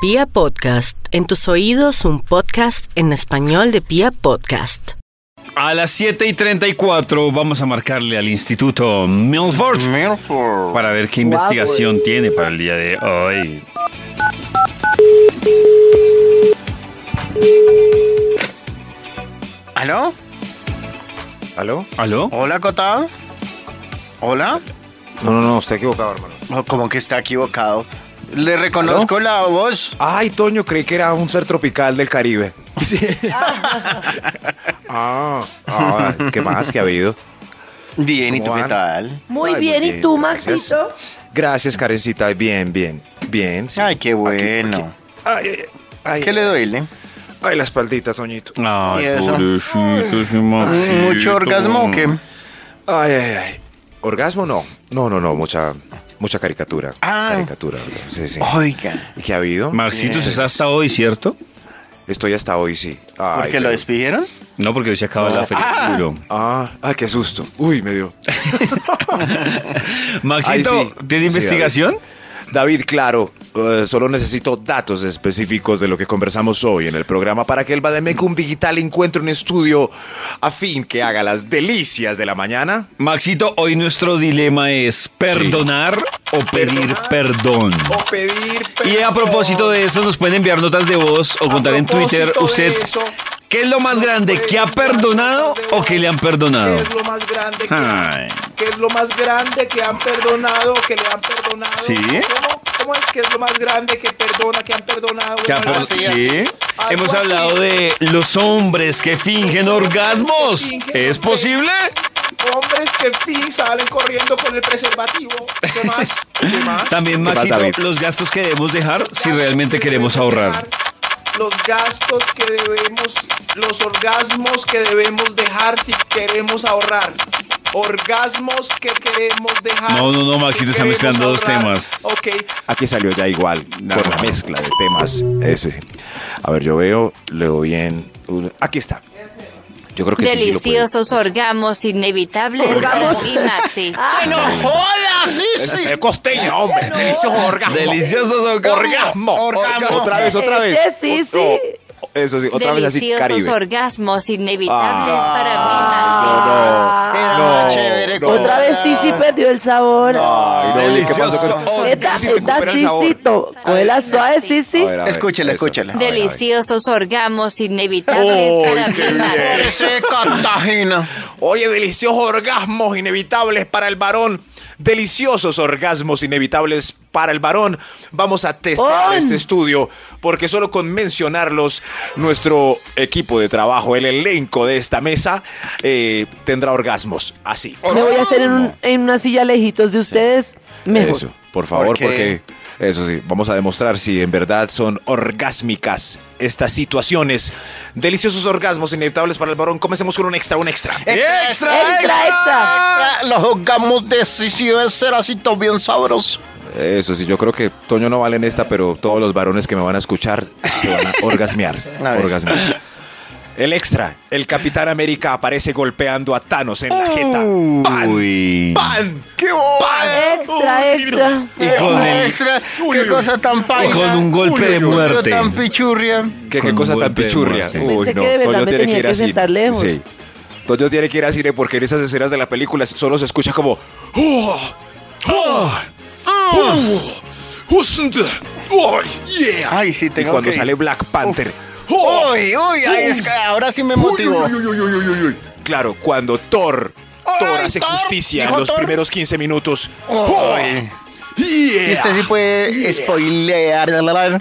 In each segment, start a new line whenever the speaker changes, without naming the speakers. Pia Podcast, en tus oídos un podcast en español de Pia Podcast.
A las 7 y 34 vamos a marcarle al Instituto Milford para ver qué investigación tiene para el día de hoy.
¿Aló?
¿Aló?
¿Aló?
¿Hola, Cotado? ¿Hola?
No, no, no, está equivocado, hermano.
Oh, Como que está equivocado. Le reconozco la voz.
Ay, Toño, creí que era un ser tropical del Caribe. ah, ah, ¿qué más que ha habido?
Bien, ¿y tú
Juan.
qué tal?
Muy
Ay,
bien,
muy
¿y tú,
bien, gracias.
Maxito?
Gracias, Karencita. Bien, bien, bien. sí.
Ay, qué bueno.
Ay, ay, ay,
¿Qué le duele?
Ay, la espaldita, Toñito.
Ay,
¿Y eso?
pobrecito, ese
Ah,
Maxito.
¿Mucho orgasmo o qué?
Ay, ay, ay. ¿Orgasmo? No. No, no, no, mucha, mucha caricatura.
Ah.
Caricatura. Sí, sí.
Oiga.
¿Y qué ha habido?
Maxito se está hasta hoy, ¿cierto?
Estoy hasta hoy, sí.
¿Por qué
Ay,
lo
pero-
despidieron?
No, porque hoy se acaba la feria. duro.
Ah, ay, qué susto. Uy, me dio.
Maxito,
Ay, sí.
¿tiene
Sí,
investigación?
David, claro, eh, solo necesito datos específicos de lo que conversamos hoy en el programa para que el Bademecum Digital encuentre un estudio afín que haga las delicias de la mañana.
Maxito, hoy nuestro dilema es perdonar o pedir perdón.
O pedir
Y a propósito de eso, nos pueden enviar notas de voz o contar en Twitter usted qué es lo más grande que ha perdonado o que le han perdonado.
lo más grande que,
Ay.
es lo más grande que han perdonado, que le han perdonado?
Sí.
¿Cómo, es que es lo más grande que perdona, que han perdonado?
Que ha per-
así,
sí.
Algo
Hemos
así.
hablado de los hombres que fingen orgasmos.
fingen
¿Es
orgasmos.
posible?
Hombres que fin salen corriendo con el preservativo. ¿Qué más? ¿Qué más?
También,
más,
Maxito,
David?
los gastos que debemos dejar si realmente queremos ahorrar.
Los gastos que debemos, los orgasmos que debemos dejar si queremos ahorrar. Orgasmos que queremos dejar.
No, no, no, Maxito, está
queremos
mezclando dos
ahorrar.
temas.
Ok,
Aquí salió ya igual,
No.
con la mezcla de temas. Ese. A ver, yo veo, leo bien. Un- Aquí está. Yo creo que sí, sí lo puede.
Deliciosos orgamos inevitables y Maxi.
Ah,
¡Ay, no jodas! Sí, sí.
Eh, costeña, hombre. Delicioso orgasmo.
Deliciosos orgasmos.
orgasmo. Otra vez, otra vez.
Eh, sí, sí.
O- Eso sí, otra vez así,
Deliciosos
Caribe.
orgasmos inevitables
Ah,
para mí, Maxi.
Era
No,
chévere.
no.
como-
Ah. Otra vez sí, sí perdió el sabor.
Ay, no, ¿y ¿qué pasó
Delicioso
con
Esta,
Sí,
esta
recupera el sabor.
Sisito, cógela suave,
A
Sisi.
ver, a ver,
Escúchela,
eso.
escúchela.
A ver, a ver.
Deliciosos orgasmos inevitables
Uy,
para
qué
mí,
bien.
Maxi.
Ese Cartagena.
Oye, deliciosos orgasmos inevitables para el varón. Deliciosos orgasmos inevitables para el varón. Vamos a testar
¡On!
este estudio porque solo con mencionarlos, nuestro equipo de trabajo, el elenco de esta mesa, eh, tendrá orgasmos. Así.
Me voy a hacer en, un- en una silla lejitos de ustedes. Mejor.
Eso, por favor,
¿Por
porque
qué?
eso sí, vamos a demostrar si en verdad son orgásmicas estas situaciones. Deliciosos orgasmos inevitables para el varón. Comencemos con un extra, un extra.
Extra,
Extra, extra.
extra. Los orgasmos de sí, sí, deben ser así, todo bien sabrosos.
Eso sí, yo creo que Toño no vale en esta, pero todos los varones que me van a escuchar se van a orgasmear.
A ver.
orgasmear. El extra, el Capitán América aparece golpeando a Thanos en la jeta.
Uh.
Uy.
¡Pan!
¡Qué
Extra, extra.
Y con el-
Extra, Eh, qué cosa tan paila.
y con un golpe de
Qué cosa
muerte.
tan pichurria.
¿Qué, qué
Con
cosa tan
golpe de
pichurria?
muerte.
Pensé que de verdad me tenía que
cine.
sentar lejos.
Sí. Toño tiene que ir a cine porque en esas escenas de la película solo se escucha como... "Oh, oh, oh, oh, oh, yeah".
Ay, sí, tengo
y cuando
que ir.
sale Black Panther... "Oh,
Uy, uy, ay, es que ahora sí me motivó.
Uy, uy, uy, uy, uy, uy, uy. Claro, cuando Thor,
Ay,
Thor hace
Thor,
justicia en
dijo
los
Thor.
primeros 15 minutos.
Ay.
Oh, yeah.
Y Este sí puede spoilear. la, la, la.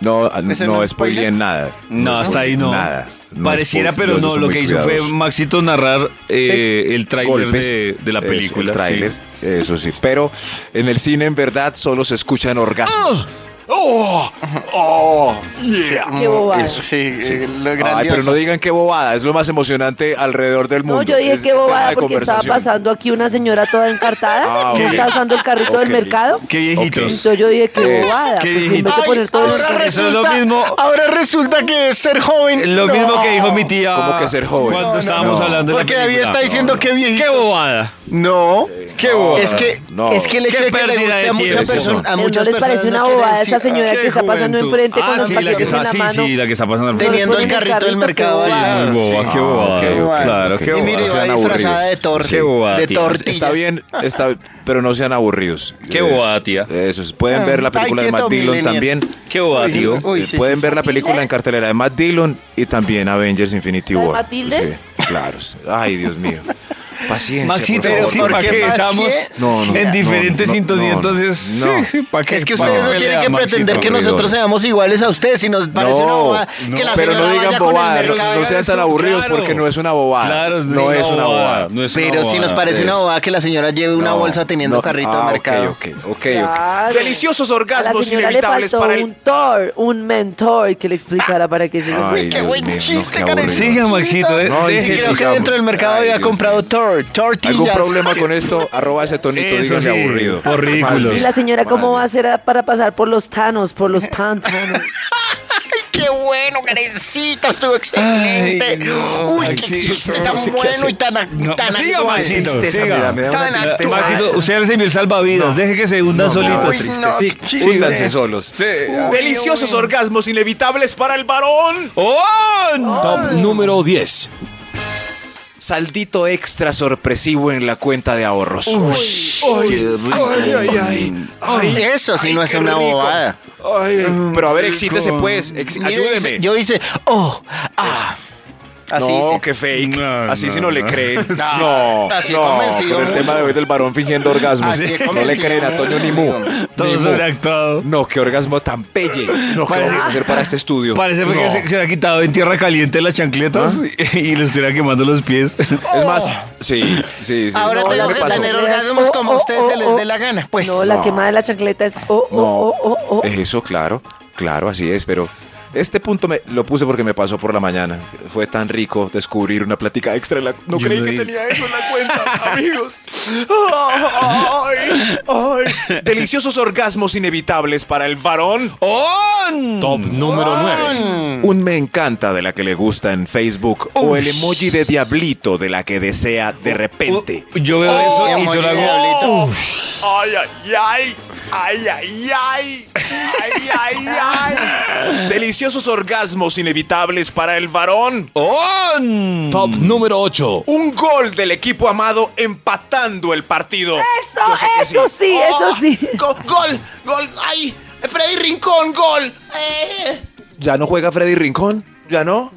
No,
¿Ese no
no
es spoiler?
spoilen nada.
No, hasta ahí no.
Nada. No
Pareciera,
spoil-
pero
los dos
no.
son
Lo
muy
que hizo
cuidadosos.
fue Maxito narrar eh, el tráiler
Golpes.
de, de la
Eso,
película.
el tráiler,
sí.
eso sí. Pero en el cine, en verdad, solo se escuchan orgasmos.
¡Ah!
¡Oh! ¡Oh! ¡Yeah!
Qué bobada.
Eso.
Sí,
Sí.
eh, lo
Ay, pero
grandioso.
no digan qué bobada, es lo más emocionante alrededor del mundo.
No, yo dije
Es
que
tema de
bobada porque estaba
conversación.
pasando aquí una señora toda encartada
Ah,
que
ok.
está usando el carrito
Ok.
del mercado.
Qué viejitos.
Entonces yo dije
Eso.
que bobada.
Qué
Pues en vez de
viejito.
poner todo
ahora
eso.
re- Eso es lo mismo-
Ahora resulta que es ser joven.
Lo mismo
No.
que dijo mi tía.
¿Cómo que ser joven?
Cuando
No, no,
estábamos
no.
hablando de
Porque
la
David
película.
está diciendo que
¡Qué
viejitos.
bobada!
No.
¡Qué bobada!
Es que,
No.
es que le
Qué
cree que le
pérdida
guste
de
a, mucha
tiempo.
persona- a
¿No
muchas
les
personas.
parece una
quiere
bobada
decir- ah,
esa señora que está pasando enfrente
ah,
con los
sí, la
paquetes
que
en
está,
la
sí,
mano.
sí, la que está pasando al frente.
Teniendo
ponen
el
el
carrito del
carrito,
mercado.
qué
al
bobada.
lado.
Muy boba, qué boba. Claro, qué
Y
boba.
mire,
No
va
sean
disfrazada de
aburridos.
torre.
Qué bobada,
de
tía.
tortilla.
Pues, Está bien, está, pero no sean aburridos.
Qué
Eh,
bobada, tía.
Eso, es. pueden
Ah,
ver la
ay,
película de
quieto,
Matt Dillon
millennial.
también.
Qué boba,
Uy,
tío.
uy,
Eh,
sí,
pueden
sí,
ver
sí.
la película en cartelera de Matt Dillon y también Avengers Infinity
¿La de
War.
Matilde?
Sí, claro. Ay, Dios mío. Paciencia.
Maxito,
por favor.
sí,
¿por
¿para
qué
qué?
más
Estamos
cien?
No, no,
en
no,
diferentes
no,
sintonías,
no,
entonces,
no.
sí, sí, ¿para qué?
Es que ustedes
Vamos.
no tienen que
Pelea,
pretender
Maxito.
que nosotros
Rigores.
seamos iguales a ustedes si nos parece una bobada que la
pero
señora
no digan
vaya con el
bobada, no,
mercado.
no sean tan aburridos
Claro.
porque no es una bobada.
Claro,
no es una bobada.
no es una
Pero si nos
bobada.
parece una
es.
bobada que la señora lleve una
No,
bolsa teniendo
no,
carrito de
ah,
mercado.
ok, ok, ok, ok.
Claro.
Deliciosos
A la
orgasmos
señora le
inevitables
faltó
para el.
Eh,
un tor, un mentor que le explicara para qué se lo
Ay,
qué
Dios
buen
mío, no,
chiste,
qué
Karen.
aburrido.
Siga, Maxito. de-
No, y
deje
sí,
eso.
Creo que
sigamos.
dentro del mercado
Ay,
había
Dios
comprado
mío.
tor, tortillas.
¿Algún problema con esto? Arroba ese tonito,
Eso
dígase
sí,
aburrido.
por ridículos.
Más bien.
Y la señora, ¿cómo
Madre.
va a hacer a- para pasar por los tanos, por los pantanos?
Qué bueno, Karencita, estuvo excelente.
Ay, no.
Uy,
Ay,
qué
sí,
chiste
no
tan
sé qué
bueno y tan,
No,
tan
siga,
actual.
Maxito,
Tristeza,
siga.
mira, me da una
Tan
tristeza.
Maxito, usted es el salvavidas, deje que se hundan solitos.
Uy,
Triste,
no,
sí,
qué
húndanse
chiste.
solos.
Sí.
Deliciosos orgasmos inevitables para el varón.
¡Oh!
Top número 10.
Saldito extra sorpresivo en la cuenta de ahorros.
Ay, ay, ay. Ay, eso sí no es una bobada.
Ay, pero a ver, excítese pues. ex-
Mire,
ayúdeme.
dice- Yo hice, oh, ah. Así
no,
dice.
qué fake.
No,
así
no,
si no, le
no.
creen. No,
No,
no.
así convencido
Pero el
mucho.
tema de hoy del varón fingiendo orgasmos.
Así
No le
convencido
creen a Toño ni mu. Ni
Todo
mu.
sobreactuado.
No, qué orgasmo tan pelle. No, ¿qué
Parece-
vamos a hacer para este estudio?
Parece
No.
que se, se le ha quitado en tierra caliente las chancletas y le estuviera quemando los pies.
Es más,
Oh.
sí, sí, sí.
Ahora
No, ya
tengo
me
que
pasó.
tener orgasmos
Oh,
como
oh,
a ustedes
oh,
se les
oh.
dé la gana. Pues
no, la quemada de la chancleta es oh, oh,
No.
oh, oh, oh.
Eso, claro, claro, así es, pero este punto me lo puse porque me pasó por la mañana. Fue tan rico descubrir una plática extra. en la- no
Yo
creí
lo
que
hice.
tenía eso en la cuenta, amigos. Ay, ay. Deliciosos orgasmos inevitables para el varón.
¡On!
Top número 9.
Mm.
Un me encanta de la que le gusta en Facebook o el emoji de diablito de la que desea de repente.
Uh, Yo veo eso y
amor,
solo hago.
diablito.
Oh.
Ay, ay, ay. Ay, ay, ay. Ay, ay, ay.
Deliciosos orgasmos inevitables para el varón.
Oh.
¡On!
Top número 8.
Un gol del equipo amado empatando el partido.
Eso,
Yo sé que Oh.
eso sí, eso sí.
Go- gol, gol, ay, Freddy Rincón, gol. Eh.
¿Ya no juega Freddy Rincón? ¿Ya no?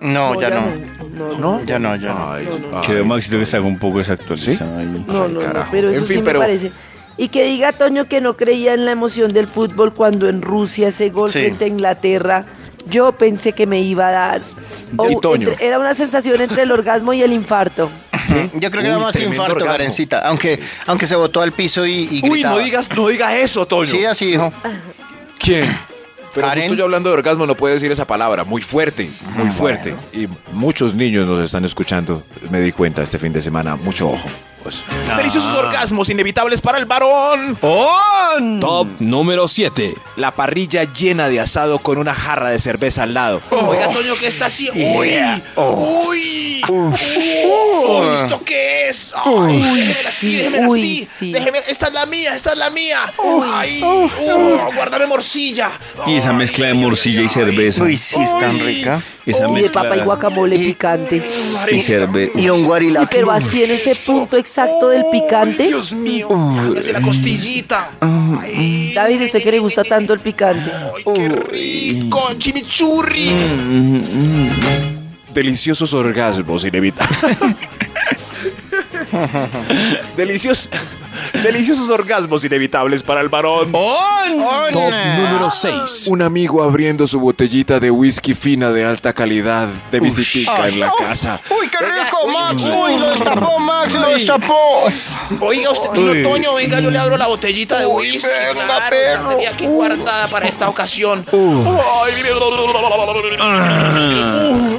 No, ya no.
No, no,
No, ya no, ya no.
Ay,
Que veo Maxito que está un poco desactualizado. ahí.
no, no, no,
carajo.
pero eso
En fin,
sí
pero-
me parece. Y que diga Toño que no creía en la emoción del fútbol cuando en Rusia ese gol
Sí.
frente a Inglaterra, yo pensé que me iba a dar. Oh,
Y Toño.
entre- era una sensación entre el orgasmo y el infarto.
Mm, Yo creo que era
Uy,
más
tremendo
infarto,
orgasmo.
Karencita. Aunque, aunque se botó al piso y, y
Uy,
gritaba.
no digas, no digas eso, Toño.
Sí, así dijo.
¿Quién? Pero
Karen. Ah,
justo yo hablando de orgasmo no puede decir esa palabra, muy fuerte, muy fuerte. Y muchos niños nos están escuchando, me di cuenta este fin de semana, mucho ojo. Pues, Deliciosos
Ah.
orgasmos inevitables para el varón.
¡On!
Top número 7.
La parrilla llena de asado con una jarra de cerveza al lado.
Oiga, Toño, ¿qué está haciendo? Uy, uy, uy, ¿esto qué es? Ay, déjeme así,
sí,
déjeme
uy,
así.
sí.
Déjeme, esta es la mía, esta es la mía. Ay, uh, guárdame morcilla.
Y esa mezcla de morcilla y cerveza.
Uy, sí, es tan rica.
Esa
Y de
mezcla
papa y guacamole picante.
y cerveza.
Y un
Y
guarilapi.
pero así en ese punto exacto del picante.
Dios mío, hágase la costillita. Ay,
David, ¿usted que le gusta tanto el picante?
Ay, qué rico, chimichurri.
Deliciosos orgasmos inevitables. Delicios, deliciosos orgasmos inevitables para el varón.
¡On!
Top número 6.
Un amigo abriendo su botellita de whisky fina de alta calidad de visitica en la casa.
Uy, qué rico, Max. Uy, lo destapó, Max, lo destapó.
Oiga, usted,
Uy.
tío Toño, venga, yo le abro la botellita de
Uy,
whisky.
venga,
claro, la
perro.
tenía aquí guardada para esta ocasión.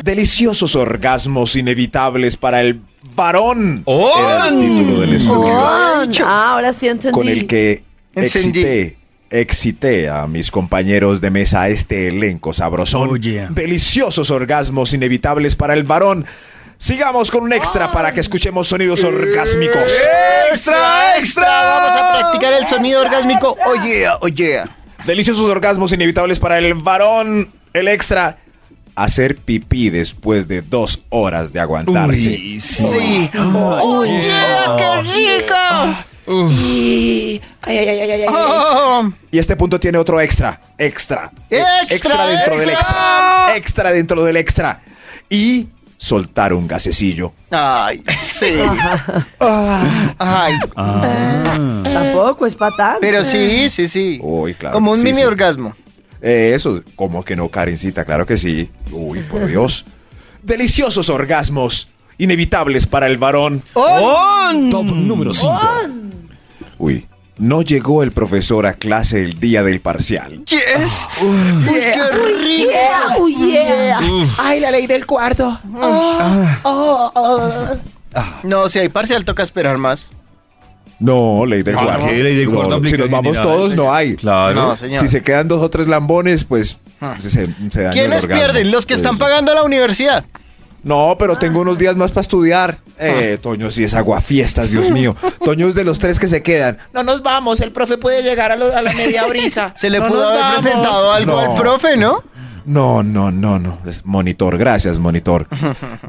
Deliciosos orgasmos inevitables para el varón.
¡Oh!
Era el título del estudio
Ah, ahora sí entendí.
con el que
Encendí.
excité, excité a mis compañeros de mesa a este elenco sabrosón. Deliciosos orgasmos inevitables para el varón. Sigamos con un extra para que escuchemos sonidos orgásmicos.
Eh.
¡Extra, extra!
Vamos a practicar el sonido orgásmico. Oye, oye.
Deliciosos orgasmos inevitables para el varón, el extra. Hacer pipí después de dos horas de aguantarse.
Uy, sí.
¡Ah, Oh, Oh.
Y este punto tiene otro extra. Extra. e-
Extra,
dentro del
extra.
extra. Extra dentro del extra. Y soltar un gasecillo.
Ay, sí. Ay,
Tampoco es patán.
pero sí, sí, sí.
Uy, claro.
Como un
Sí,
mini
sí.
orgasmo.
Eh, eso, como que no, Karencita, claro que sí. Uy, por Dios. Deliciosos orgasmos. Inevitables para el varón.
Oh.
Top número 5.
Uy. No llegó el profesor a clase el día del parcial.
Yes. Uy, qué rico.
Yeah, oh, yeah.
¡Ay, la ley del cuarto!
No, si hay parcial toca esperar más.
No, ley del
No,
cuarto.
¿qué ley del
No,
cuarto
no, si
aplica
nos
en
vamos
general?
todos, no hay.
Claro.
No, señor. Ah.
Si se quedan dos o tres lambones, pues se, se daña el
¿Quiénes
orgasmo.
pierden? Los que están
Eso.
pagando la universidad.
No, pero tengo unos días más para estudiar. Eh,
Ah.
Toño, si es aguafiestas, Dios mío. Toño es de los tres que se quedan.
No nos vamos, el profe puede llegar a, la media horita. Se le
No
pudo
nos
haber
vamos.
presentado algo
No.
al profe, ¿no?
No, no, no, no. Es monitor, gracias, monitor.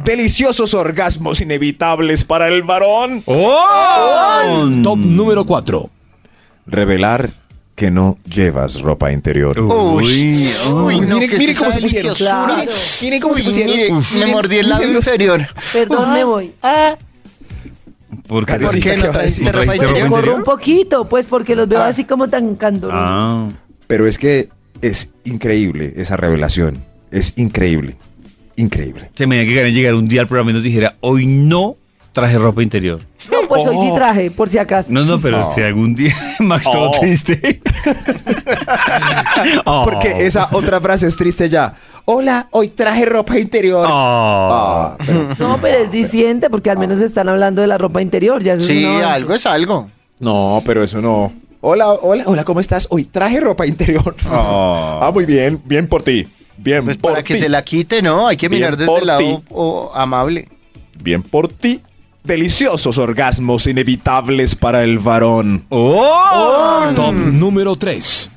Deliciosos orgasmos inevitables para el varón.
¡Oh!
Top número 4.
Revelar que no llevas ropa interior.
Uy.
Uy, no, que
miren
es
cómo
esa
se pusieron.
deliciosura.
Miren,
miren cómo se
Uy,
pusieron.
mire,
Uf.
me mordí el lado
Miren los-
inferior.
Perdón, me voy.
¿Por qué?
¿Por qué no trajiste
¿No este
ropa
trajiste
interior?
ropa
Corro un poquito, pues, porque los veo así como tan candorosos.
Ah.
Pero es que es increíble esa revelación. Es increíble. Increíble.
Se me da que Karen llegar un día al programa y nos dijera, hoy no traje ropa interior.
No, pues hoy sí traje, por si acaso.
No, no, pero si algún día Max todo triste. Oh.
Porque esa otra frase es triste ya. Hola, hoy traje ropa interior.
Oh.
Ah, pero-
No, pero es diciente, porque al menos están hablando de la ropa interior. Ya eso es
Sí,
un avance.
algo es algo.
No, pero eso no. Hola, hola, hola, ¿cómo estás? Hoy traje ropa interior.
Oh.
Ah, muy bien, bien por ti. Bien
Pues
por
para que
ti.
se la quite, ¿no? Hay que
Bien
mirar desde
por
el
ti.
lado oh, amable.
Bien por ti. Deliciosos orgasmos inevitables para el varón.
Top número 3.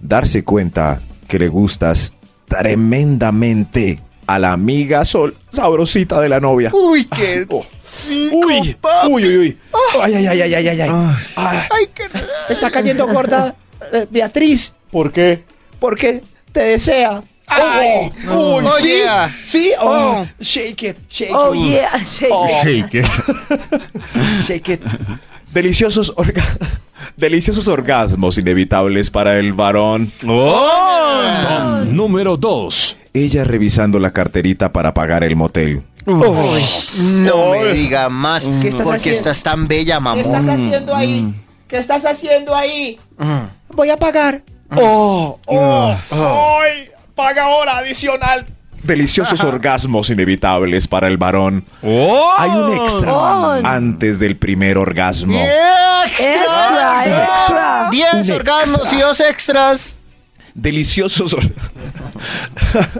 Darse cuenta que le gustas tremendamente a la amiga sol sabrosita de la novia.
Uy, qué.
Ah, oh. Uy, Ah.
papi.
uy, uy, uy. Ay, ay, ay, ay, ay, ay, ay.
Ay, qué.
Está cayendo gorda eh, Beatriz. ¿Por qué? Porque te desea.
Ay.
Oh, uy,
Oh,
sí,
yeah.
sí, oh,
Oh.
shake it, shake
Oh,
it,
yeah, shake.
Shake it.
shake it. Deliciosos, orga- deliciosos orgasmos inevitables para el varón.
Oh.
Top número 2.
Ella revisando la carterita para pagar el motel.
No me diga más. ¿Qué estás porque estás tan bella, mamón.
haciendo ahí? ¿Qué estás haciendo ahí?
Voy a pagar. Oh, oh, ay, paga hora adicional. Deliciosos orgasmos inevitables para el varón.
Oh.
Hay un extra
Oh.
antes del primer orgasmo.
Extra, extra.
10 orgasmos y dos extras.
Deliciosos, or-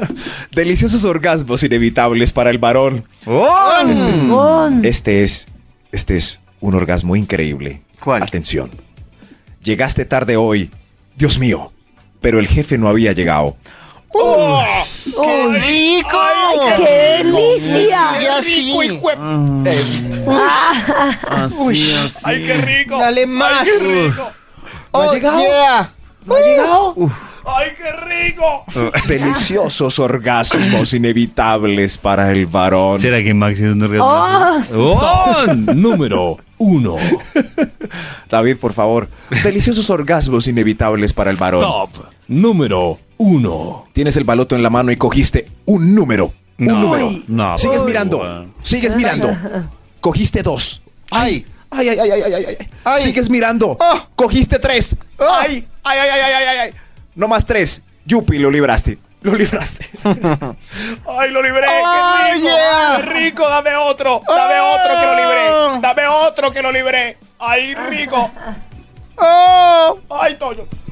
Deliciosos orgasmos inevitables para el varón.
Oh.
Con-
Este es, este es un orgasmo increíble.
¿Cuál?
Atención. Llegaste tarde hoy, Dios mío, pero el jefe no había llegado.
Oh,
¡Rico!
¡Qué delicia!
Y así. Ah.
Así, así.
Dale más.
¿No ha
Oh,
llegado?
yeah.
¿No ha llegado? Deliciosos orgasmos inevitables para el varón.
¿Será que Max es un
Oh.
orgasmo? Oh.
Número 1.
David, por favor. Deliciosos orgasmos inevitables para el varón.
Top número 1.
Tienes el baloto en la mano y cogiste un número.
No.
Un número.
No,
Sigues
por favor.
mirando. Sigues mirando. Cogiste dos.
Ay.
Ay, ay, ay, ay, ay, ay, ay.
Ay.
Sigues mirando.
Ah.
Oh.
Cogiste tres. Ay, ay, ay, ay, ay, ay, ay. No más tres. Yupi, lo libraste. Lo libraste.
¡Ay, lo libré!
Oh,
¡Qué rico!
yeah.
¡Qué rico! ¡Dame otro! ¡Dame
Ah.
Oh.
otro que lo libré! ¡Dame otro que lo libré! ¡Ay, rico!
Oh.
Ah.
¡Ay, Toño!